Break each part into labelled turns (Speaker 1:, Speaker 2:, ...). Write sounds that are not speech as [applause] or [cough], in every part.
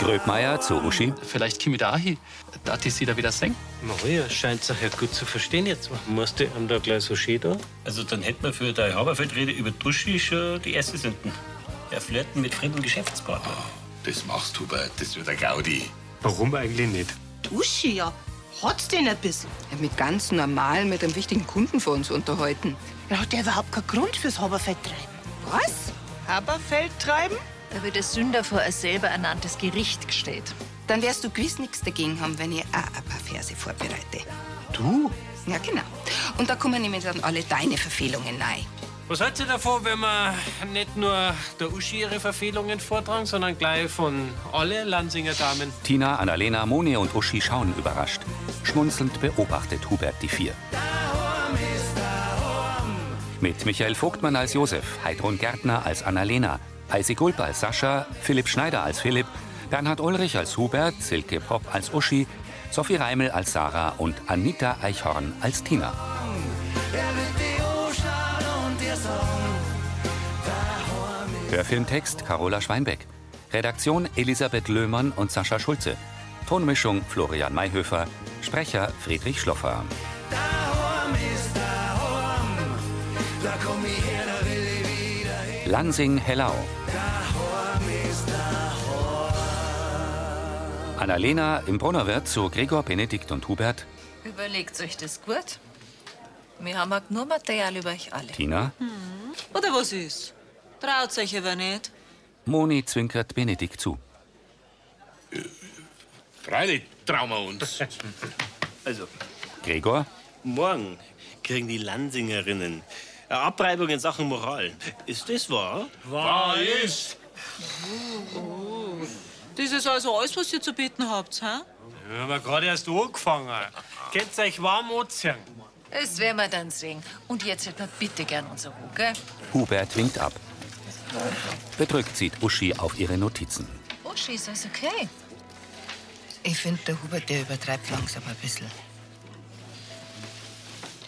Speaker 1: Gröbmeier zu Uschi.
Speaker 2: Vielleicht komme ich da hin. Da die sie da wieder singen.
Speaker 3: Maria scheint sich ja gut zu verstehen jetzt. Musst du ihm da gleich so schön da?
Speaker 4: Also dann hätten wir für deine Haberfeldrede über Duschi schon die erste Sünden. Er flirten mit fremden Geschäftspartnern.
Speaker 5: Das machst du, Hubert, das wird ein Gaudi.
Speaker 3: Warum eigentlich nicht?
Speaker 6: Uschi, ja. Hat's den ein bisschen?
Speaker 7: Ja, mit ganz normalen, mit einem wichtigen Kunden vor uns unterhalten.
Speaker 6: Er hat ja überhaupt keinen Grund fürs Haberfeldtreiben.
Speaker 7: Was?
Speaker 6: Haberfeldtreiben?
Speaker 8: Da wird der Sünder vor ein selber ernanntes Gericht gestellt.
Speaker 7: Dann wirst du gewiss nichts dagegen haben, wenn ich auch ein paar Verse vorbereite.
Speaker 3: Du?
Speaker 7: Ja, genau. Und da kommen nämlich dann alle deine Verfehlungen rein.
Speaker 3: Was haltet ihr davon, wenn wir nicht nur der Uschi ihre Verfehlungen vortragen, sondern gleich von alle Lansinger Damen?
Speaker 1: Tina, Annalena, Mone und Uschi schauen überrascht. Schmunzelnd beobachtet Hubert die vier. Mit Michael Vogtmann als Josef, Heidrun Gärtner als Annalena, Heisi Gulb als Sascha, Philipp Schneider als Philipp, Bernhard Ulrich als Hubert, Silke Popp als Uschi, Sophie Reimel als Sarah und Anita Eichhorn als Tina. Hörfilmtext Carola Schweinbeck. Redaktion Elisabeth Löhmann und Sascha Schulze. Tonmischung Florian Mayhöfer. Sprecher Friedrich Schloffer. Lansing Hellau. Annalena im Brunnerwirt zu Gregor, Benedikt und Hubert.
Speaker 8: Überlegt euch das gut. Wir haben auch nur Material über euch alle.
Speaker 1: Tina.
Speaker 9: Hm. Oder was ist? Traut euch aber nicht.
Speaker 1: Moni zwinkert Benedikt zu.
Speaker 5: Freilich trauen wir uns.
Speaker 4: [laughs] Also,
Speaker 1: Gregor.
Speaker 4: morgen kriegen die Lansingerinnen eine Abreibung in Sachen Moral. Ist das wahr?
Speaker 5: Wahr ist.
Speaker 9: Das ist Oh. also alles, was ihr zu bieten habt, hä?
Speaker 3: Wir haben ja gerade erst angefangen. Geht's euch warm anziehen?
Speaker 8: Das werden wir dann sehen. Und jetzt hätten wir bitte gern unser Ruhe, gell?
Speaker 1: Hubert winkt ab. Bedrückt sieht Uschi auf ihre Notizen.
Speaker 8: Uschi, ist alles Oh, okay?
Speaker 7: Ich finde, der Hubert, der übertreibt langsam ein bisschen.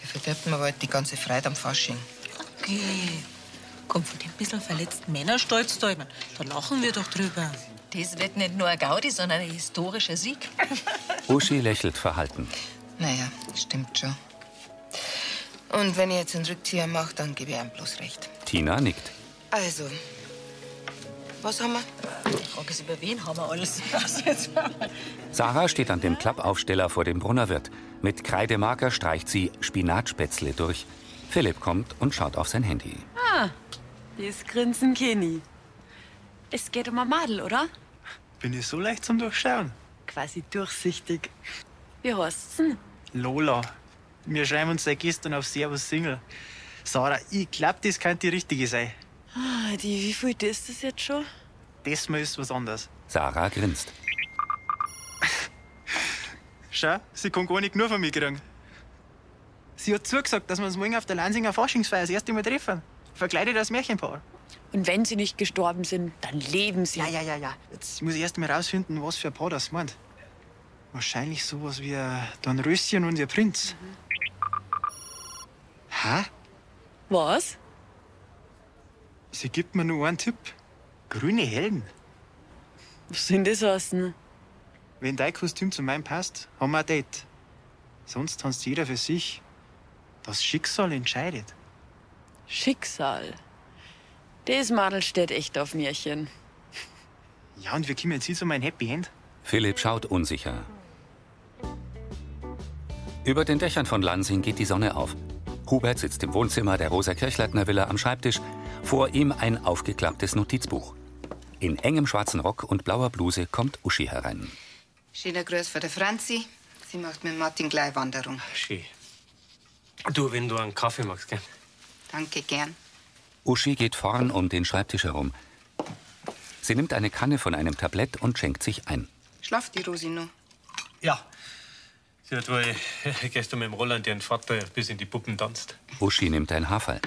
Speaker 7: Der verdirbt mir halt die ganze Freude am Fasching.
Speaker 9: Okay. Komm, von dem bisschen verletzten Männerstolz da, ich mein, da lachen wir doch drüber.
Speaker 8: Das wird nicht nur ein Gaudi, sondern ein historischer Sieg.
Speaker 1: Uschi lächelt verhalten.
Speaker 7: Naja, stimmt schon. Und wenn ich jetzt einen Rückzieher mache, dann gebe ich einem bloß recht.
Speaker 1: Tina nickt.
Speaker 7: Also, was haben wir?
Speaker 8: Die Frage ist, über wen haben wir
Speaker 7: [laughs]
Speaker 8: alles? Was jetzt?
Speaker 1: Sarah steht an dem Klappaufsteller vor dem Brunnerwirt. Mit Kreidemarker streicht sie Spinatspätzle durch. Philipp kommt und schaut auf sein Handy.
Speaker 10: Das Ah, Grinsen Kenny. Es geht um ein Madel, oder?
Speaker 11: Bin ich so leicht zum Durchschauen?
Speaker 10: Quasi durchsichtig. Wie heißt's denn?
Speaker 11: Lola, wir schreiben uns seit gestern auf Servus Single. Sarah, ich glaub, das könnte die richtige sein.
Speaker 10: Ah, die, wie viel ist das jetzt schon?
Speaker 11: Das mal ist was anderes.
Speaker 1: Sarah grinst.
Speaker 11: [laughs] Schau, sie kann gar nicht nur von mir kriegen. Sie hat zugesagt, dass wir uns morgen auf der Lansinger Forschungsfeier das erste Mal treffen. Verkleidet als Märchenpaar.
Speaker 10: Und wenn sie nicht gestorben sind, dann leben sie.
Speaker 11: Ja, ja, ja, ja. Jetzt muss ich erst mal rausfinden, was für ein Paar das meint. Wahrscheinlich sowas wie ein Dornröschen und ihr Prinz. Hä?
Speaker 10: Was?
Speaker 11: Sie gibt mir nur einen Tipp. Grüne Helden.
Speaker 10: Was sind das heißen?
Speaker 11: Wenn dein Kostüm zu meinem passt, haben wir ein Date. Sonst tanzt jeder für sich. Das Schicksal entscheidet.
Speaker 10: Schicksal. Das Madel steht echt auf Märchen.
Speaker 11: Ja, und wir kommen jetzt hier zu meinem Happy End.
Speaker 1: Philipp schaut unsicher. Über den Dächern von Lansing geht die Sonne auf. Hubert sitzt im Wohnzimmer der Rosa Kirchleitner Villa am Schreibtisch, vor ihm ein aufgeklapptes Notizbuch. In engem schwarzen Rock und blauer Bluse kommt Uschi herein.
Speaker 7: Schöner Gruß von der Franzi. Sie macht mit Martin gleich Wanderung.
Speaker 3: Schön. Du, wenn du einen Kaffee magst, gell?
Speaker 7: Danke gern.
Speaker 1: Uschi geht vorn um den Schreibtisch herum. Sie nimmt eine Kanne von einem Tablett und schenkt sich ein.
Speaker 7: Schlaf die Rosi noch.
Speaker 4: Ja. Sie
Speaker 3: [laughs]
Speaker 4: hat wohl gestern mit dem Roland ihren Vater bis in die Puppen tanzt.
Speaker 1: Uschi nimmt ein Haferl.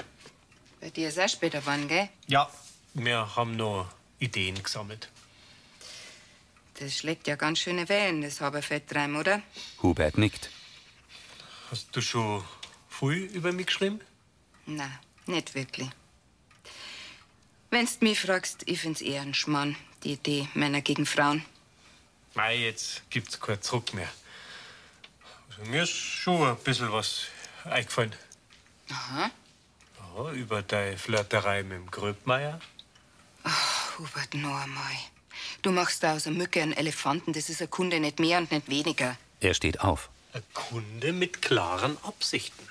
Speaker 7: Bei dir ist auch später wann, gell?
Speaker 4: Ja. Wir haben noch Ideen gesammelt.
Speaker 7: Das schlägt ja ganz schöne Wellen, das Haberfeldtreiben, oder?
Speaker 1: Hubert nickt.
Speaker 4: Hast du schon viel über mich geschrieben?
Speaker 7: Na, nicht wirklich. Wenn's mich fragst, ich find's eher ein Schmarrn, die Idee Männer gegen Frauen.
Speaker 12: Mei, jetzt gibt's kein Zurück mehr. Also mir ist schon ein bisschen was eingefallen.
Speaker 7: Aha.
Speaker 12: Ja, über deine Flirterei mit dem Gröbmeier.
Speaker 7: Hubert, noch einmal. Du machst da aus der Mücke einen Elefanten. Das ist ein Kunde, nicht mehr und nicht weniger.
Speaker 1: Er steht auf.
Speaker 2: Kunde mit klaren Absichten.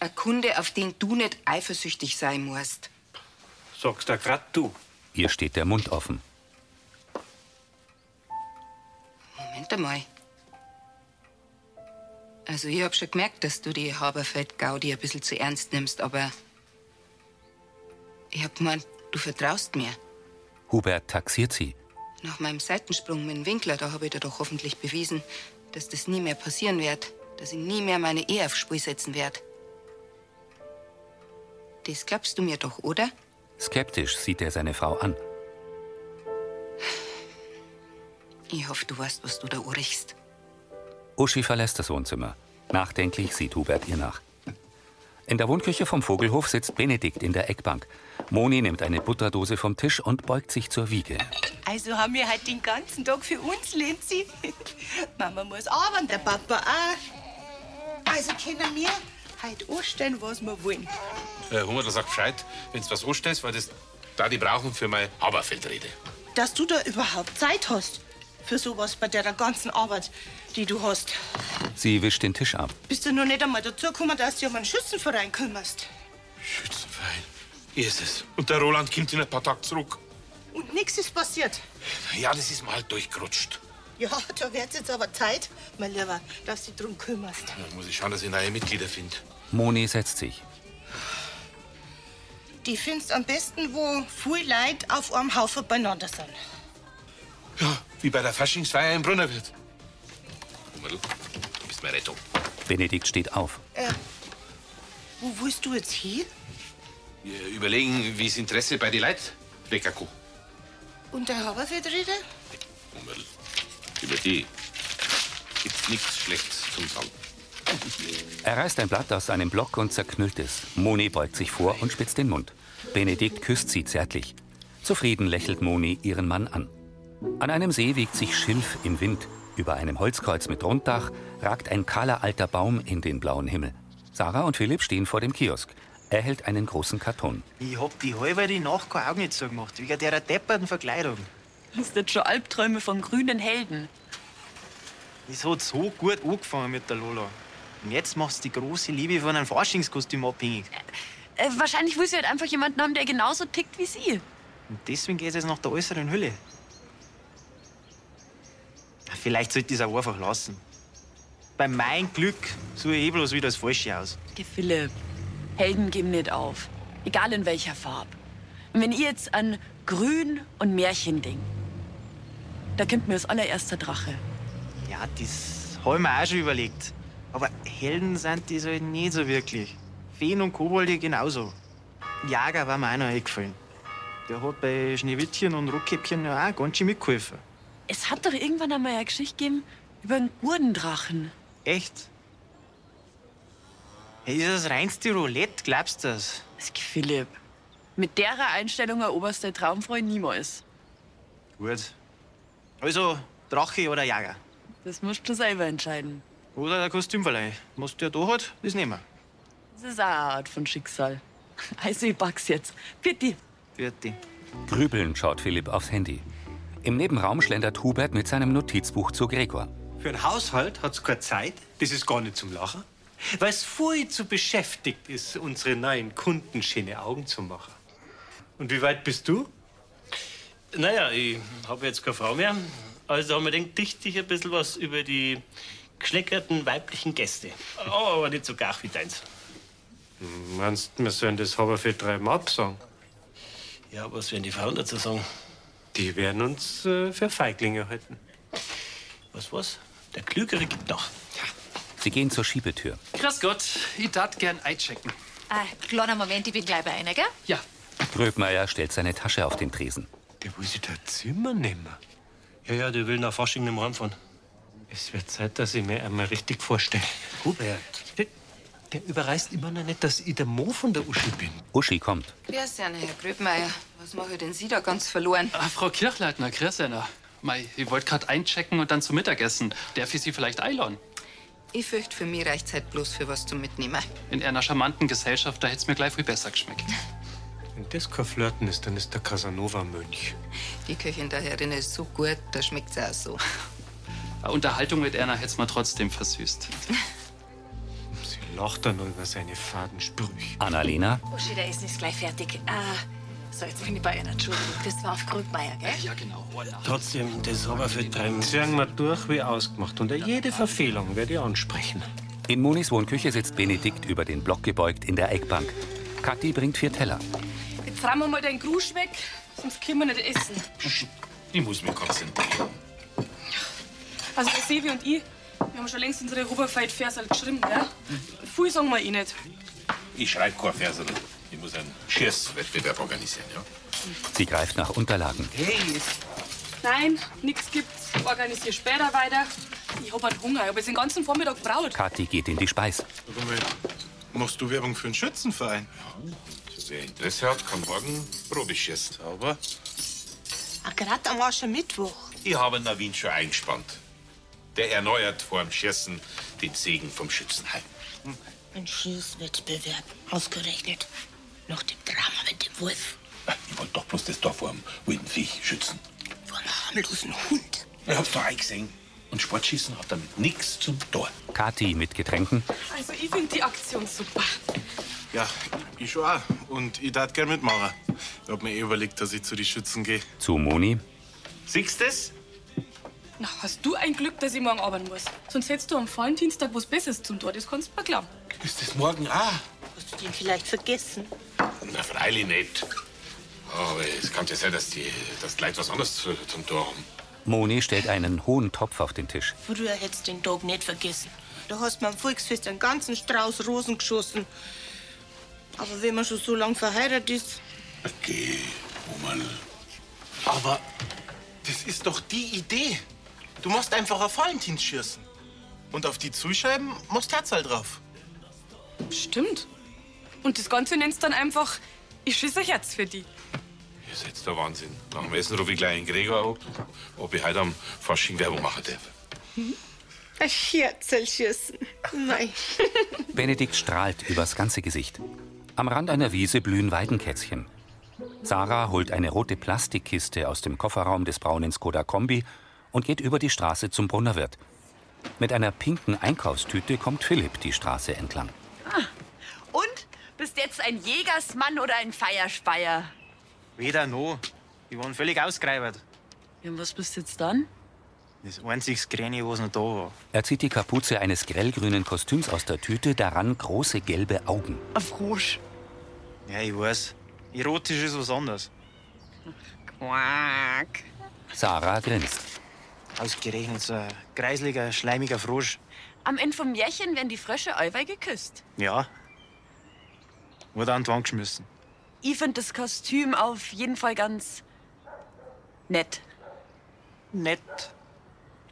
Speaker 7: Ein Kunde, auf den du nicht eifersüchtig sein musst.
Speaker 2: Sagst da grad du.
Speaker 1: Ihr steht der Mund offen.
Speaker 7: Moment einmal. Also, ich hab schon gemerkt, dass du die Haberfeld-Gaudi ein bisschen zu ernst nimmst, aber. Ich hab gemeint, du vertraust mir.
Speaker 1: Hubert taxiert sie.
Speaker 7: Nach meinem Seitensprung mit dem Winkler, da habe ich dir doch hoffentlich bewiesen, dass das nie mehr passieren wird, dass ich nie mehr meine Ehe aufs Spiel setzen werde. Das glaubst du mir doch, oder?
Speaker 1: Skeptisch sieht er seine Frau an.
Speaker 7: Ich hoffe, du weißt, was du da urrichst.
Speaker 1: Uschi verlässt das Wohnzimmer. Nachdenklich sieht Hubert ihr nach. In der Wohnküche vom Vogelhof sitzt Benedikt in der Eckbank. Moni nimmt eine Butterdose vom Tisch und beugt sich zur Wiege.
Speaker 6: Also haben wir halt den ganzen Tag für uns, Lenzi. [laughs] Mama muss arbeiten, der Papa auch. Also können wir halt anstellen, was wir wollen.
Speaker 5: Äh, Hummerl, sag Bescheid, wenn du was anstellst, weil das da die brauchen für meine Haberfeldrede.
Speaker 6: Dass du da überhaupt Zeit hast für sowas bei der ganzen Arbeit, die du hast.
Speaker 1: Sie wischt den Tisch ab.
Speaker 6: Bist du noch nicht einmal dazu gekommen, dass du dich um einen Schützenverein kümmerst?
Speaker 5: Jesus. Und der Roland kommt in ein paar Tagen zurück.
Speaker 6: Und nichts ist passiert.
Speaker 5: Ja, das ist mal halt durchgerutscht.
Speaker 6: Ja, [laughs] da wird's jetzt aber Zeit, mein Lieber, dass du dich drum kümmerst.
Speaker 5: Da muss ich schauen, dass ich neue Mitglieder finde.
Speaker 1: Moni setzt sich.
Speaker 6: Die findest am besten, wo viel Leid auf einem Haufen beieinander sind.
Speaker 5: Ja, wie bei der Faschingsfeier im Brunnerwirt. Hummerl, du bist meine Rettung.
Speaker 1: Benedikt steht auf.
Speaker 6: Äh, wo willst du jetzt hin?
Speaker 5: Wir überlegen, wie das Interesse bei den Leuten wecken kann.
Speaker 6: Und der Haberfeldrede?
Speaker 5: Hummerl, über die gibt's nichts Schlechtes zum Sagen.
Speaker 1: Er reißt ein Blatt aus seinem Block und zerknüllt es. Moni beugt sich vor und spitzt den Mund. Benedikt küsst sie zärtlich. Zufrieden lächelt Moni ihren Mann an. An einem See wiegt sich Schilf im Wind. Über einem Holzkreuz mit Runddach ragt ein kahler alter Baum in den blauen Himmel. Sarah und Philipp stehen vor dem Kiosk. Er hält einen großen Karton.
Speaker 11: Ich hab die halbe die Nacht keine Augen zugemacht, wegen der depperten Verkleidung.
Speaker 10: Hast jetzt schon Albträume von grünen Helden?
Speaker 11: Das hat so gut angefangen mit der Lola. Und jetzt machst du die große Liebe von einem Faschingskostüm abhängig.
Speaker 10: Äh, wahrscheinlich willst du halt einfach jemanden haben, der genauso tickt wie sie.
Speaker 11: Und deswegen geht es jetzt nach der äußeren Hülle. Vielleicht sollte ich es auch einfach lassen. Bei meinem Glück suche ich eh bloß wieder das Falsche aus.
Speaker 10: Geh, Philipp, Helden geben nicht auf. Egal in welcher Farbe. Und wenn ihr jetzt an Grün und Märchen denkt, da kommt mir als allererster Drache.
Speaker 11: Ja, das habe ich mir auch schon überlegt. Aber Helden sind die halt nicht so wirklich. Feen und Kobolde genauso. Jager war mir auch noch eingefallen. Der hat bei Schneewittchen und Rotkäppchen ja auch ganz schön mitgeholfen.
Speaker 10: Es hat doch irgendwann einmal eine Geschichte gegeben über einen Gurdendrachen.
Speaker 11: Echt? Hey, ist das reinste Roulette, glaubst du das?
Speaker 10: Philipp. Mit derer Einstellung eroberst du deine Traumfrau niemals.
Speaker 11: Gut. Also, Drache oder Jager?
Speaker 10: Das musst du selber entscheiden.
Speaker 11: Oder der Kostümverleih. Was der da hat, das nehmen wir.
Speaker 10: Das ist auch eine Art von Schicksal. Also, ich pack's jetzt. Bitte.
Speaker 11: Bitte.
Speaker 1: Grübelnd schaut Philipp aufs Handy. Im Nebenraum schlendert Hubert mit seinem Notizbuch zu Gregor.
Speaker 2: Für einen Haushalt hat's keine Zeit. Das ist gar nicht zum Lachen. Weil es voll zu beschäftigt ist, unsere neuen Kunden schöne Augen zu machen. Und wie weit bist du?
Speaker 4: Naja, ich habe jetzt keine Frau mehr. Also haben wir denkt, dichte ich ein bisschen was über die geschleckerten weiblichen Gäste. Oh, aber nicht so gar wie deins.
Speaker 2: Hm, Meinst du, wir sollen das Haberfeld treiben absagen?
Speaker 4: Ja, was werden die Frauen dazu sagen?
Speaker 2: Die werden uns äh, für Feiglinge halten.
Speaker 4: Was, was? Der Klügere gibt noch.
Speaker 1: Sie gehen zur Schiebetür.
Speaker 13: Grüß Gott, ich tat gern einchecken.
Speaker 8: Ah, kleiner Moment, ich bin gleich bei einer, gell?
Speaker 13: Ja.
Speaker 1: Gröbmeier stellt seine Tasche auf den Tresen.
Speaker 4: Der will sich da Zimmer nehmen. Ja, ja, der will nach Fasching nicht mehr heimfahren.
Speaker 2: Es wird Zeit, dass ich mir einmal richtig vorstelle. Hubert. Der, der überreißt immer noch nicht, dass ich der Mo von der Uschi bin.
Speaker 1: Uschi kommt.
Speaker 7: Grüß Sie, Herr Gröbmeier. Was mache ich denn Sie da ganz verloren?
Speaker 13: Ah, Frau Kirchleitner, grüß einer. Mei, ich wollte gerade einchecken und dann zum Mittagessen. Darf ich Sie vielleicht einladen?
Speaker 7: Ich fürchte, für mich reicht's halt bloß für was zum Mitnehmen.
Speaker 13: In einer charmanten Gesellschaft, da hätte es mir gleich viel besser
Speaker 8: [laughs]
Speaker 13: geschmeckt.
Speaker 2: Wenn das kein Flirten ist, dann ist der Casanova Mönch.
Speaker 7: Die Köchin der Herrin ist so gut, da schmeckt's auch so.
Speaker 13: Eine Unterhaltung mit Erna hätte es mir trotzdem versüßt.
Speaker 2: Sie lacht dann nur über seine Fadensprüche.
Speaker 1: Annalena?
Speaker 14: Uschi, der ist nicht gleich fertig. Äh, so, jetzt bin ich bei Ihnen. Entschuldigung, das war auf Gröbmeier, gell?
Speaker 13: Ja, genau.
Speaker 2: Trotzdem, das haben wir für drei Sagen wir durch wie ausgemacht. Unter jede Verfehlung werde ich ansprechen.
Speaker 1: In Monis Wohnküche sitzt Benedikt über den Block gebeugt in der Eckbank. Kathi bringt vier Teller.
Speaker 15: Jetzt räumen wir mal den Grusch weg, sonst können wir nicht essen.
Speaker 5: Ich muss mich konzentrieren.
Speaker 15: Also, der Sevi und ich, wir haben schon längst unsere Oberfeld-Verse geschrieben, gell? Viel sagen wir eh nicht.
Speaker 5: Ich schreibe kein Versen. Ich muss einen Schießwettbewerb organisieren, ja?
Speaker 1: Sie greift nach Unterlagen.
Speaker 5: Hey!
Speaker 15: Nein, nichts gibt's. Organisier später weiter. Ich hab einen Hunger. Ich hab jetzt den ganzen Vormittag gebraut.
Speaker 1: Kathi geht in die Speis.
Speaker 5: Sag mal, machst du Werbung für einen Schützenverein? Ja. Wer Interesse hat, kann morgen Probe schießen. Aber
Speaker 6: Ah, Gerade am Aschermittwoch.
Speaker 5: ich habe den Wien schon eingespannt. Der erneuert vor dem Schießen den Segen vom Schützenheim.
Speaker 14: Ein Schießwettbewerb, ausgerechnet. Nach dem Drama mit dem Wolf.
Speaker 5: Ich wollte doch bloß das da vor dem wilden Viech schützen.
Speaker 14: Vor einem harmlosen Hund.
Speaker 5: Ich hab's doch eingesehen. Und Sportschießen hat damit nichts zum Tor.
Speaker 1: Kathi mit Getränken.
Speaker 15: Also, ich finde die Aktion super.
Speaker 16: Ja, ich schon auch. Und ich darf gern mitmachen. Ich hab mir eh überlegt, dass ich zu den Schützen gehe.
Speaker 1: Zu Moni.
Speaker 5: Siehst du's?
Speaker 15: Na, hast du ein Glück, dass ich morgen arbeiten muss. Sonst hättest du am Valentinstag was Besseres zum Tor. Das kannst du mir glauben.
Speaker 5: Ist das morgen auch?
Speaker 15: Hast du den vielleicht vergessen?
Speaker 5: Na, freilich nicht. Aber es kann ja sein, dass die, dass die Leute was anderes zu- zum Tor haben.
Speaker 1: Moni stellt einen hohen Topf auf den Tisch.
Speaker 6: Früher hättest du den Tag nicht vergessen. Da hast du am Volksfest einen ganzen Strauß Rosen geschossen. Aber wenn man schon so lange verheiratet ist,
Speaker 5: Geh, Roman.
Speaker 16: Aber das ist doch die Idee. Du machst einfach auf Valentins schießen. Und auf die Zuscheiben machst Herzl drauf.
Speaker 15: Stimmt. Und das Ganze nennst dann einfach, ich schieße ein Herz für die.
Speaker 5: Ihr seid der Wahnsinn. Nach dem Essen rufe ich gleich einen Gregor an, ob ich heute am Fasching Werbung machen darf.
Speaker 6: ein Scherzel schießen. Nein.
Speaker 1: Benedikt strahlt übers ganze Gesicht. Am Rand einer Wiese blühen Weidenkätzchen. Sarah holt eine rote Plastikkiste aus dem Kofferraum des braunen Skoda Kombi und geht über die Straße zum Brunnerwirt. Mit einer pinken Einkaufstüte kommt Philipp die Straße entlang.
Speaker 10: Ah. Und? Bist jetzt ein Jägersmann oder ein Feierspeier?
Speaker 11: Weder noch. Die waren völlig ausgereibert.
Speaker 10: Ja, und was bist jetzt dann?
Speaker 11: Das einzige Gräne, was noch da war.
Speaker 1: Er zieht die Kapuze eines grellgrünen Kostüms aus der Tüte, daran große gelbe Augen.
Speaker 11: Auf Rouge. Ja, ich weiß. Erotisch ist was anderes. Quack.
Speaker 1: Sarah grinst.
Speaker 11: Ausgerechnet so ein kreisliger, schleimiger Frosch.
Speaker 10: Am Ende vom Märchen werden die Frösche allweil geküsst.
Speaker 11: Ja. Wurde an die Wand geschmissen.
Speaker 10: Ich finde das Kostüm auf jeden Fall ganz nett.
Speaker 11: Nett?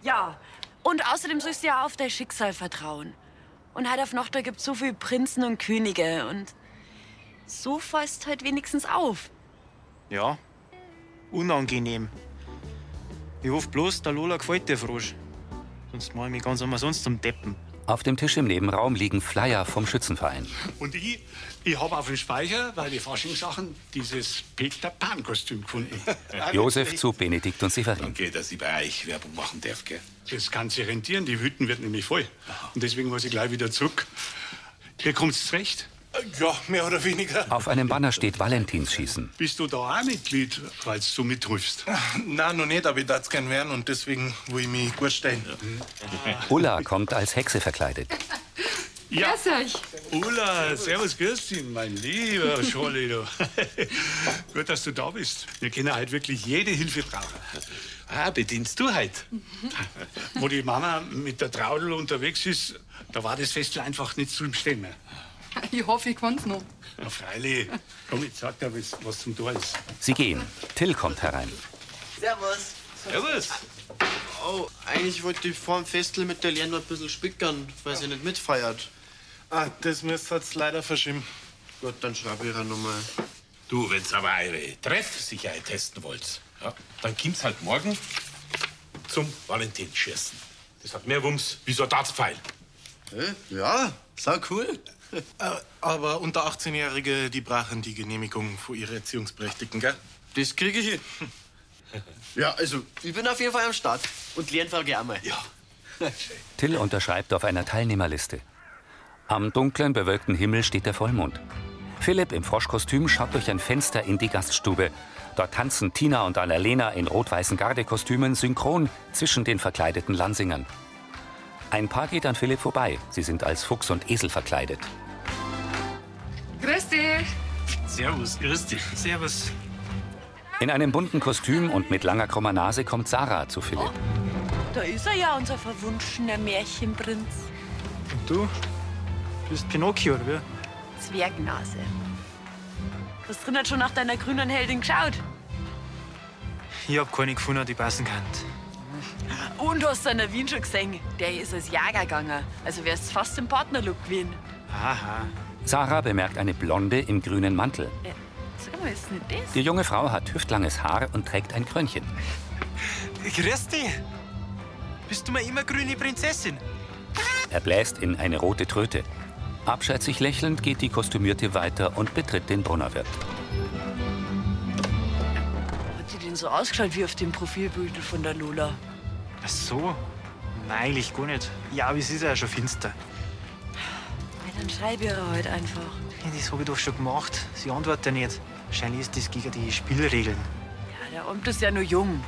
Speaker 10: Ja. Und außerdem sollst du ja auf dein Schicksal vertrauen. Und halt auf Nochter gibt's so viele Prinzen und Könige. Und so fallst halt wenigstens auf.
Speaker 11: Ja. Unangenehm. Ich hoffe bloß, der Lola gefällt der Frosch. Sonst mach ich mich ganz umsonst zum Deppen.
Speaker 1: Auf dem Tisch im Nebenraum liegen Flyer vom Schützenverein.
Speaker 17: Und ich, ich habe auf dem Speicher bei den Faschingssachen dieses Peter
Speaker 16: [laughs]
Speaker 17: Pan-Kostüm gefunden.
Speaker 1: Josef zu Benedikt und Severin.
Speaker 5: Danke, dass ich bei euch Werbung machen darf, gell?
Speaker 17: Das kann sich rentieren, die Hütten wird nämlich voll. Und deswegen muss ich gleich wieder zurück. Hier kommt's zurecht. Ja, mehr oder weniger.
Speaker 1: Auf einem Banner steht Valentinsschießen.
Speaker 17: Bist du da auch Mitglied, falls du mithilfst?
Speaker 16: Na, noch nicht, aber ich darf's gern werden und deswegen will ich mich gut stellen. Mhm.
Speaker 1: Ulla kommt als Hexe verkleidet.
Speaker 17: Ja. Grüß euch.
Speaker 9: [laughs]
Speaker 17: Ulla, servus, Christin, mein lieber Scholli. du. [laughs] Gut, dass du da bist. Wir können halt wirklich jede Hilfe brauchen. Ah, bedienst du halt. Wo die Mama mit der Traudel unterwegs ist, da war das Festel einfach nicht zu bestimmen.
Speaker 15: Ich hoffe, ich kann's noch.
Speaker 17: Na, Freilich. Komm, ich sag dir, was, was zum Tor ist.
Speaker 1: Sie gehen. Till kommt herein.
Speaker 18: Servus.
Speaker 17: Servus.
Speaker 18: Oh, eigentlich wollte ich vor dem Festl mit der Lena ein bisschen spickern, weil sie nicht mitfeiert.
Speaker 16: Ah, das müsst ihr jetzt leider verschieben.
Speaker 18: Gut, dann schreibe ich ihr nochmal.
Speaker 5: Du, wenn's aber eure Treffsicherheit testen wollt, ja, dann kommt's halt morgen zum Valentinschießen. Das hat mehr Wumms wie so ein Dartpfeil.
Speaker 16: Ja, sau cool. [laughs] Aber unter 18-Jährige, die brachen die Genehmigung für ihre Erziehungsberechtigten, gell? Das kriege ich hin. [laughs]
Speaker 18: Ja, also, ich bin auf jeden Fall am Start. Und Lernfrage einmal. Ja.
Speaker 1: Till unterschreibt auf einer Teilnehmerliste. Am dunklen, bewölkten Himmel steht der Vollmond. Philipp im Froschkostüm schaut durch ein Fenster in die Gaststube. Dort tanzen Tina und Annalena in rot-weißen Gardekostümen synchron zwischen den verkleideten Lansingern. Ein Paar geht an Philipp vorbei. Sie sind als Fuchs und Esel verkleidet.
Speaker 19: Grüß dich.
Speaker 4: Servus, grüß dich. Servus.
Speaker 1: In einem bunten Kostüm und mit langer krummer Nase kommt Sarah zu Philipp.
Speaker 10: Da ist er ja, unser verwunschener Märchenprinz.
Speaker 11: Und du? Bist Pinocchio, oder wie?
Speaker 10: Zwergnase. Christrin hat schon nach deiner grünen Heldin geschaut.
Speaker 11: Ich hab keine gefunden, die passen kann.
Speaker 10: Und hast deiner Wien schon gesehen. Der ist als Jäger gegangen. Also wärst fast im Partnerlook gewesen.
Speaker 11: Aha.
Speaker 1: Sarah bemerkt eine Blonde im grünen Mantel.
Speaker 10: Ja, sag mal, ist nicht das?
Speaker 1: Die junge Frau hat hüftlanges Haar und trägt ein Krönchen.
Speaker 11: Grüß dich. Bist du mal immer grüne Prinzessin?
Speaker 1: Er bläst in eine rote Tröte. Abschätzig lächelnd geht die Kostümierte weiter und betritt den Brunnerwirt.
Speaker 10: Hat sie denn so ausgeschaut wie auf den Profilbildern von der Lola?
Speaker 11: Ach so? Nein, eigentlich gar nicht. Ja, aber es ist ja schon finster.
Speaker 10: Ja, dann schreibe ich ihr
Speaker 5: halt
Speaker 10: heute einfach.
Speaker 11: Ja, Das habe ich doch schon gemacht. Sie antwortet nicht. Wahrscheinlich ist das gegen die Spielregeln.
Speaker 10: Ja, der Amt ist ja nur jung.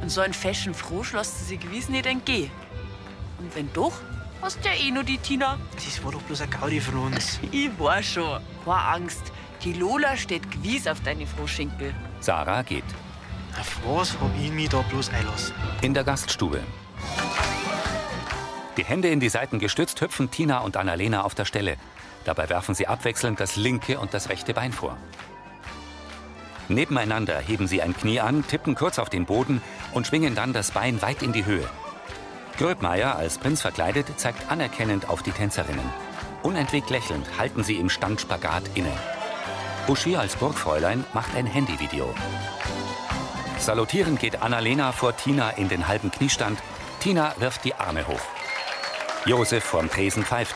Speaker 10: Und so ein fashion Frosch lässt sie sich gewiss nicht entgehen. Und wenn doch, hast ja eh nur die Tina.
Speaker 11: Das war doch bloß ein Gaudi von uns.
Speaker 10: [laughs] Ich war schon. Keine Angst. Die Lola steht gewiss auf deine Frohschinkel.
Speaker 1: Sarah geht.
Speaker 11: Auf was hab ich mich da bloß einlassen?
Speaker 1: In der Gaststube. Die Hände in die Seiten gestützt hüpfen Tina und Annalena auf der Stelle. Dabei werfen sie abwechselnd das linke und das rechte Bein vor. Nebeneinander heben sie ein Knie an, tippen kurz auf den Boden und schwingen dann das Bein weit in die Höhe. Gröbmeier, als Prinz verkleidet, zeigt anerkennend auf die Tänzerinnen. Unentwegt lächelnd halten sie im Standspagat inne. Uschi als Burgfräulein macht ein Handyvideo. Salutierend geht Annalena vor Tina in den halben Kniestand. Tina wirft die Arme hoch. Josef vom Tresen pfeift.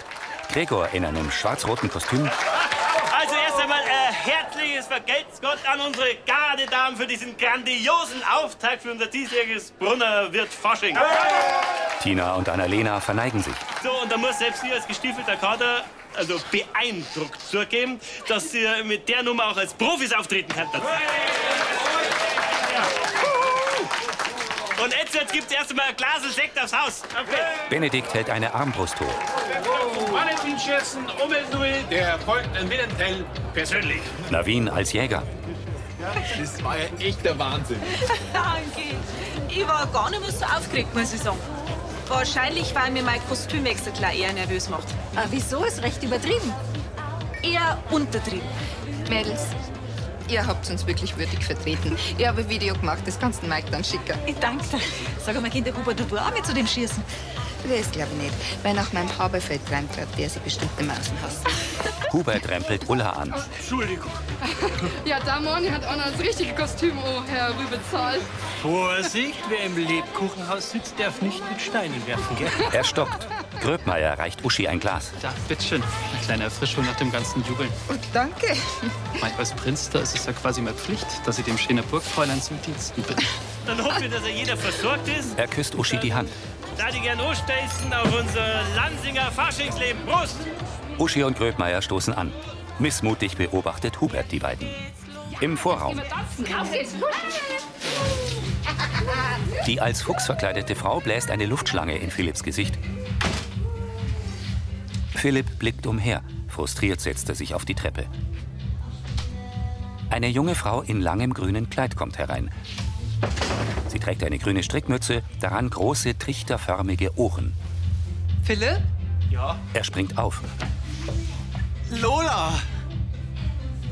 Speaker 1: Gregor in einem schwarz-roten Kostüm.
Speaker 4: Also erst einmal äh, herzliches Vergelt's Gott an unsere Gardedamen für diesen grandiosen Auftrag für unser diesjähriges Brunner Wirt Fasching.
Speaker 1: Tina und Annalena verneigen sich.
Speaker 4: So, und da muss selbst ihr als gestiefelter Kader also beeindruckt zugeben, dass ihr mit der Nummer auch als Profis auftreten könnt. Und jetzt, jetzt gibt's erst einmal ein Glas Sekt aufs Haus.
Speaker 1: Benedikt hält eine Armbrust hoch.
Speaker 20: Valentinschützen, Umweltduell, der erfolgt an Willentel persönlich.
Speaker 1: Navin als Jäger.
Speaker 20: Das war ja echt der Wahnsinn.
Speaker 21: [laughs] Danke. Ich war gar nicht mehr so aufgeregt, muss ich sagen. Wahrscheinlich, weil mir mein Kostümwechsel gleich eher nervös macht.
Speaker 22: Ah, wieso? Ist recht übertrieben.
Speaker 21: Eher untertrieben.
Speaker 22: Mädels, ihr habt uns wirklich würdig vertreten. Ich habe ein Video gemacht, das kannst du Mike dann schicken. Ich danke dir. Sag mal, Kinderhuber, du auch mit zu dem Schießen? Das glaube ich nicht, weil nach meinem Haberfeld träumt hat, der sie bestimmt nicht mehr aus dem Haus.
Speaker 7: Ah.
Speaker 1: Hubert rempelt Ulla an.
Speaker 9: [laughs]
Speaker 1: Entschuldigung.
Speaker 19: Ja, da morgen hat Anna das richtige Kostüm oh, Herr Rübezahl.
Speaker 3: Vorsicht, wer im Lebkuchenhaus sitzt, darf nicht mit Steinen werfen, gell?
Speaker 1: Er stoppt. Gröbmeier reicht Uschi ein Glas.
Speaker 13: Da, bitteschön. Eine kleine Erfrischung nach dem ganzen Jubeln.
Speaker 22: Und danke.
Speaker 13: Mei, als Prinz, da ist es ja quasi meine Pflicht, dass ich dem Schöner Burgfräulein zum Diensten bin.
Speaker 4: Dann hoffen wir, dass er jeder versorgt ist.
Speaker 1: Er küsst Uschi die Hand.
Speaker 4: Da die gern anstehsten auf unser Lansinger Faschingsleben. Prost!
Speaker 1: Uschi und Gröbmeier stoßen an. Missmutig beobachtet Hubert die beiden. Im Vorraum.
Speaker 19: Auf geht's,
Speaker 1: Die als Fuchs verkleidete Frau bläst eine Luftschlange in Philipps Gesicht. Philipp blickt umher. Frustriert setzt er sich auf die Treppe. Eine junge Frau in langem grünen Kleid kommt herein. Sie trägt eine grüne Strickmütze, daran große trichterförmige Ohren.
Speaker 7: Philipp?
Speaker 1: Ja. Er springt auf.
Speaker 11: Lola!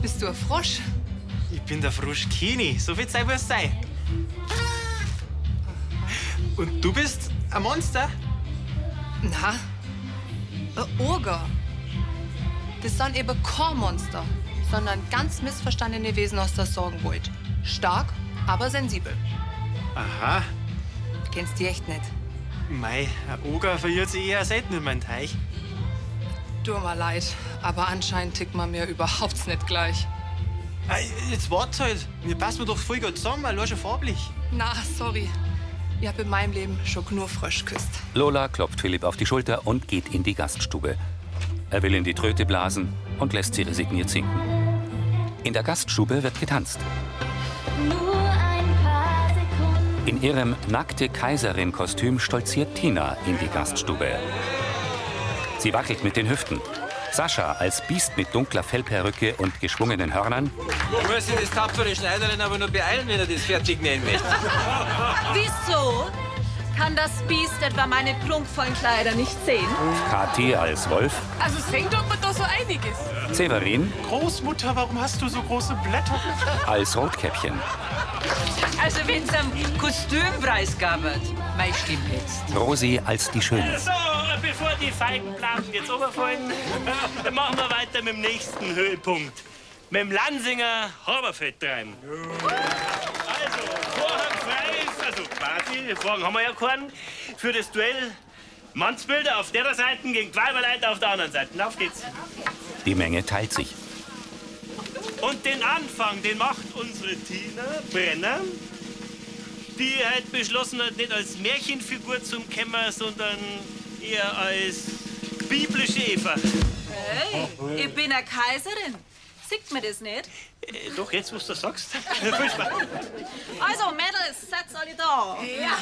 Speaker 7: Bist du ein Frosch?
Speaker 11: Ich bin der Froschkini. So viel Zeit muss sein. Und du bist ein Monster?
Speaker 7: Na, ein Oger. Das sind eben kein Monster, sondern ganz missverstandene Wesen aus der Sorgenwelt. Stark, aber sensibel.
Speaker 11: Aha.
Speaker 7: Kennst die echt nicht.
Speaker 11: Mei, ein Oger verirrt sich eher selten in meinen Teich.
Speaker 9: [laughs] Tut mir leid, aber anscheinend tickt man mir überhaupt nicht gleich.
Speaker 11: Ei, Jetzt wart's halt. Wir passen doch voll gut zusammen, allein schon farblich.
Speaker 9: Na, sorry. Ich hab in meinem Leben schon nur Frosch geküsst. [laughs]
Speaker 1: Lola klopft Philipp auf die Schulter und geht in die Gaststube. Er will in die Tröte blasen und lässt sie resigniert sinken. In der Gaststube wird getanzt.
Speaker 12: Nur ein paar Sekunden.
Speaker 1: In ihrem nackte Kaiserin-Kostüm stolziert Tina in die Gaststube. Sie wackelt mit den Hüften. Sascha als Biest mit dunkler Fellperücke und geschwungenen Hörnern
Speaker 23: Ich muss sich das tapfere Schneiderin aber nur beeilen, wenn er das fertig nähen
Speaker 2: [laughs]
Speaker 23: möchte.
Speaker 2: Ah,
Speaker 21: Wieso? Kann das Biest etwa meine prunkvollen Kleider nicht sehen?
Speaker 1: Kathi als Wolf,
Speaker 15: Also sehen tut man da so einiges.
Speaker 1: Severin
Speaker 11: Großmutter, warum hast du so große Blätter?
Speaker 1: als Rotkäppchen,
Speaker 14: Also, wenn's am Kostümpreis gab, mein stimmt jetzt.
Speaker 1: Rosi als die Schöne.
Speaker 4: So, bevor die feigen Plagen jetzt runterfallen, machen wir weiter mit dem nächsten Höhepunkt. Mit dem Lansinger Horberfeldtreiben. Also, Vorhang frei ist, also quasi, Vorhang haben wir ja keinen, für das Duell Mannsbilder auf der Seite gegen Weiberleiter auf der anderen Seite. Auf geht's.
Speaker 1: Die Menge teilt sich.
Speaker 4: Und den Anfang, den macht unsere Tina Brenner, die halt beschlossen hat, nicht als Märchenfigur zum Kämmer, sondern eher als biblische Eva.
Speaker 21: Hey, ich bin eine Kaiserin. Sieht mir das nicht?
Speaker 4: Äh, doch, jetzt, wo du das [laughs] sagst. Viel Spaß.
Speaker 21: Also, Mädels, seid alle da? Ja.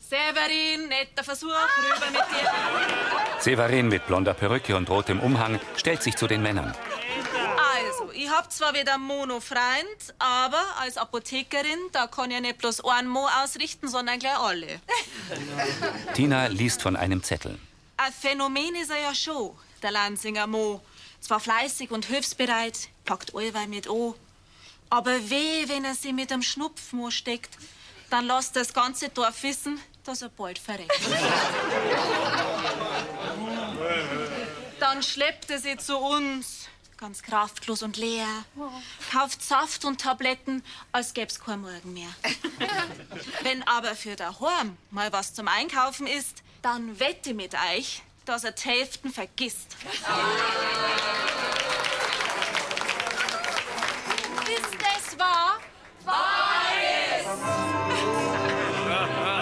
Speaker 21: Severin, netter Versuch, rüber mit dir.
Speaker 1: Severin mit blonder Perücke und rotem Umhang stellt sich zu den Männern.
Speaker 21: Also, ich hab zwar wieder einen Mono-Freund, aber als Apothekerin, da kann ich nicht bloß einen Mo ausrichten, sondern gleich alle.
Speaker 1: Tina liest von einem Zettel.
Speaker 21: Ein Phänomen ist er ja schon, der Lansinger Mo. Zwar fleißig und hilfsbereit, packt allweil mit an. Aber weh, wenn er sie mit dem Schnupfmo steckt, dann lasst das ganze Dorf wissen, dass er bald verreckt. dann schleppt er sie zu uns, ganz kraftlos und leer, kauft Saft und Tabletten, als gäb's kein Morgen mehr. Wenn aber für daheim mal was zum Einkaufen ist, dann wette mit euch, dass er die Hälften vergisst. Ist das wahr?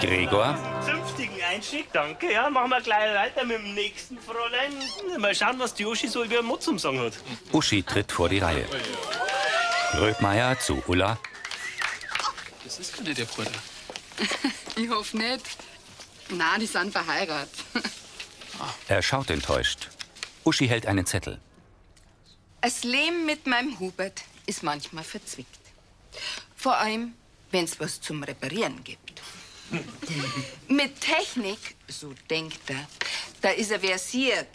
Speaker 1: Gregor,
Speaker 4: Zünftigen Einstieg, danke. Ja, machen wir gleich weiter mit dem nächsten Fräulein. Mal schauen, was die Uschi so über den Mut zum Song [laughs] hat.
Speaker 1: Uschi tritt vor die Reihe. Rödmeier zu Ulla,
Speaker 13: Das ist gar nicht der Bruder.
Speaker 19: Ich hoffe nicht. Na, die sind verheiratet.
Speaker 1: er schaut enttäuscht. Uschi hält einen Zettel.
Speaker 7: Das Leben mit meinem Hubert ist manchmal verzwickt. Vor allem, wenn's was zum Reparieren gibt. Mit Technik, so denkt er, da ist er versiert.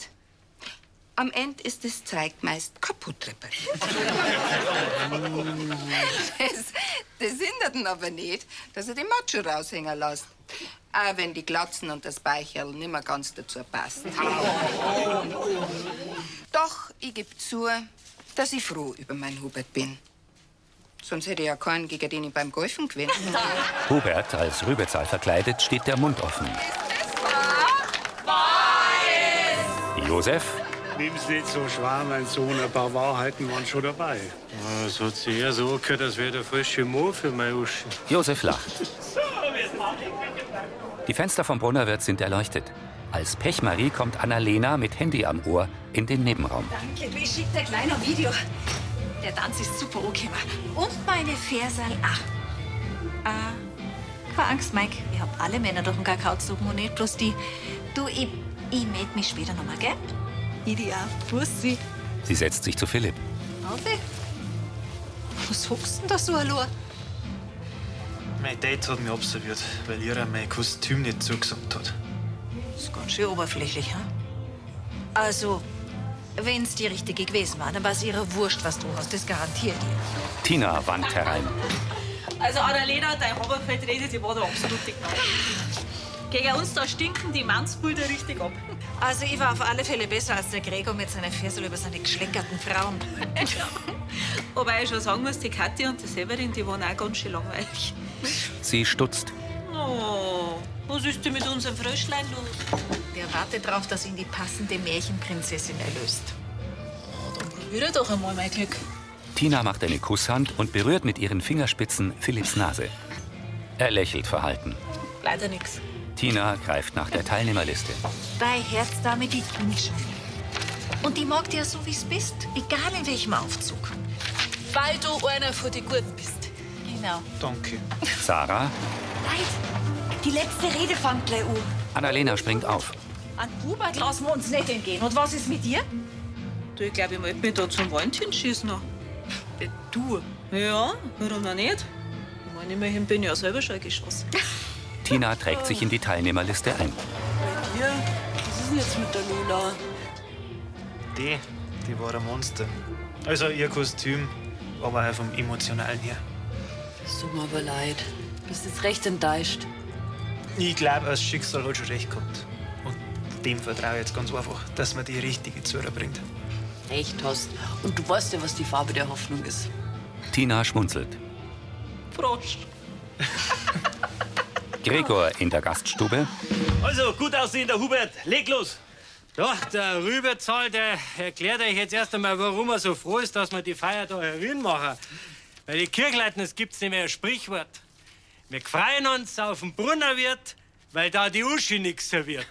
Speaker 7: Am Ende ist das Zeug meist kaputt repariert. [laughs] Das, das hindert ihn aber nicht, dass er den Macho raushängen lässt. Auch wenn die Glatzen und das Beicherl nimmer ganz dazu [laughs] passt. Doch, ich gebe zu, dass ich froh über meinen Hubert bin. Sonst hätte ich ja keinen, gegen den ich beim Golfen gewinnt.
Speaker 1: Hubert als Rübezahl verkleidet steht der Mund offen. Josef,
Speaker 17: Nimm's nicht so schwer, mein Sohn. Ein paar Wahrheiten waren schon dabei.
Speaker 2: Das hat sich eher so gehört, als wäre der falsche Mo für meine Uschi.
Speaker 1: Josef lacht. Die Fenster vom Brunnerwirt sind erleuchtet. Als Pechmarie kommt Annalena mit Handy am Ohr in den Nebenraum.
Speaker 24: Danke, du, ich schick dir gleich noch ein Video. Der Tanz ist super okay.
Speaker 8: Und meine Fersal ach. Ah, keine Angst, Mike. Ich hab alle Männer durch den Kakao gezogen und nicht bloß die. Du, ich, ich meld mich später nochmal, gell? Ideal. Bussi.
Speaker 1: Sie setzt sich zu Philipp.
Speaker 8: Auf. Was fuchst denn da so, Hallo?
Speaker 11: Mein Date hat mich observiert, weil ihr mein Kostüm nicht zugesagt hat.
Speaker 8: Ist ganz schön oberflächlich, ha? Also, wenn's die richtige gewesen war, dann war's ihre Wurst, was du hast. Das garantiert ihr.
Speaker 1: Tina wandt herein.
Speaker 21: Also, Annalena, dein Oberfeld redet, die war da absolut dick. Gegen uns, da stinken die Mannsbilder richtig ab.
Speaker 8: Also, ich war auf alle Fälle besser als der Gregor mit seiner Fersel über seine geschleckerten Frauen.
Speaker 21: [laughs] Wobei ich schon sagen muss, die Kathi und die Severin, die waren auch ganz schön langweilig.
Speaker 1: Sie stutzt.
Speaker 21: Oh, ist denn mit unserem Fröschlein los?
Speaker 8: Der wartet darauf, dass ihn die passende Märchenprinzessin erlöst.
Speaker 21: Würde doch einmal mein Glück.
Speaker 1: Tina macht eine Kusshand und berührt mit ihren Fingerspitzen Philipps Nase. Er lächelt verhalten.
Speaker 21: Leider nichts.
Speaker 1: Tina greift nach der Teilnehmerliste.
Speaker 8: Dein Herzdame, die tut schon. Und die mag dir so, wie es bist, egal in welchem Aufzug.
Speaker 21: Weil du einer von den Guten bist.
Speaker 8: Genau.
Speaker 1: Danke. Sarah,
Speaker 24: Leid, die letzte Rede fängt gleich an.
Speaker 1: Annalena springt auf.
Speaker 24: An Hubert lassen wir uns nicht entgehen. Und was ist mit dir?
Speaker 21: Du, ich glaube, ich möchte mich da zum Wand hinschießen. Äh, Du? Ja, warum denn nicht? Ich meine, immerhin bin ich ja selber schon ein Geschoss.
Speaker 1: Tina trägt sich in die Teilnehmerliste ein.
Speaker 21: Hier, was ist denn jetzt mit der Lola?
Speaker 11: Die, die war ein Monster. Also ihr Kostüm, aber halt vom Emotionalen her.
Speaker 5: Es tut mir aber leid. Bist jetzt recht enttäuscht.
Speaker 11: Ich glaube, das Schicksal hat schon recht gehabt. Und dem vertraue ich jetzt ganz einfach, dass man die richtige zu ihr bringt.
Speaker 5: Recht hast. Und du weißt ja, was die Farbe der Hoffnung ist.
Speaker 1: Tina schmunzelt.
Speaker 21: Prost.
Speaker 1: Gregor in der Gaststube.
Speaker 4: Also, gut aussehen, der Hubert. Leg los.
Speaker 3: Ja, der Rübezahl, der erklärt euch jetzt erst einmal, warum er so froh ist, dass wir die Feier da herin machen. Weil die Kirchleiten, es gibt's nicht mehr ein Sprichwort. Wir freuen uns auf den Brunnerwirt, weil da die Uschi nichts
Speaker 4: [laughs]
Speaker 3: serviert.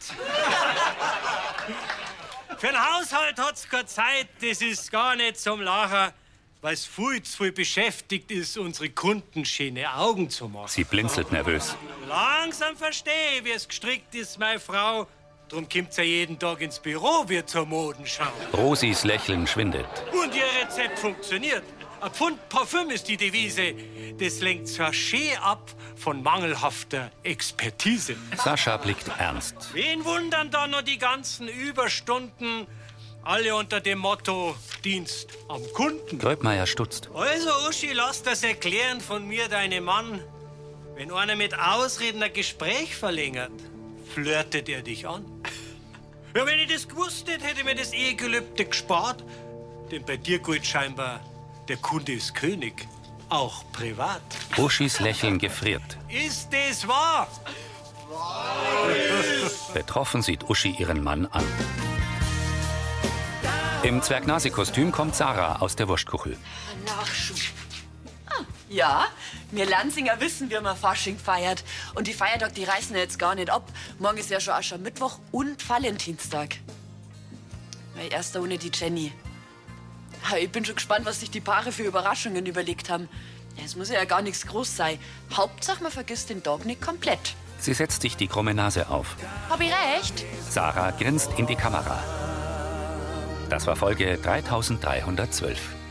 Speaker 3: Für den Haushalt hat's keine Zeit, das ist gar nicht zum Lachen, weil es viel zu viel beschäftigt ist, unsere Kunden schöne Augen zu machen.
Speaker 1: Sie blinzelt nervös.
Speaker 3: Langsam verstehe ich, wie es gestrickt ist, meine Frau. Drum kommt's ja jeden Tag ins Büro, wir zur Modenschau.
Speaker 1: Rosis Lächeln schwindet.
Speaker 3: Und ihr Rezept funktioniert. Ein Pfund Parfüm ist die Devise. Das lenkt zwar schön ab von mangelhafter Expertise.
Speaker 1: Sascha blickt ernst.
Speaker 3: Wen wundern da nur die ganzen Überstunden? Alle unter dem Motto Dienst am Kunden.
Speaker 1: Gröbmeier stutzt.
Speaker 3: Also, Uschi, lass das erklären von mir deinem Mann. Wenn einer mit Ausreden ein Gespräch verlängert, flirtet er dich an. Ja, wenn ich das gewusst hätte, hätte ich mir das Ehegelübde gespart. Denn bei dir gilt scheinbar, der Kunde ist König, auch privat.
Speaker 1: Uschis Lächeln gefriert.
Speaker 3: Ist das wahr?
Speaker 1: Betroffen sieht Uschi ihren Mann an. Im Zwergnase-Kostüm kommt Sarah aus der Wurstkuchel.
Speaker 10: Nachschub. Ah, Ja, wir Lanzinger wissen, wie man Fasching feiert. Und die Feiertag, die reißen ja jetzt gar nicht ab. Morgen ist ja schon Aschermittwoch und Valentinstag. Mein erster ohne die Jenny. Ha, Ich bin schon gespannt, was sich die Paare für Überraschungen überlegt haben. Ja, Es muss ja gar nichts groß sein. Hauptsache, man vergisst den Dog nicht komplett.
Speaker 1: Sie setzt sich die krumme Nase auf.
Speaker 10: Hab ich recht?
Speaker 1: Sarah grinst in die Kamera. Das war Folge 3312.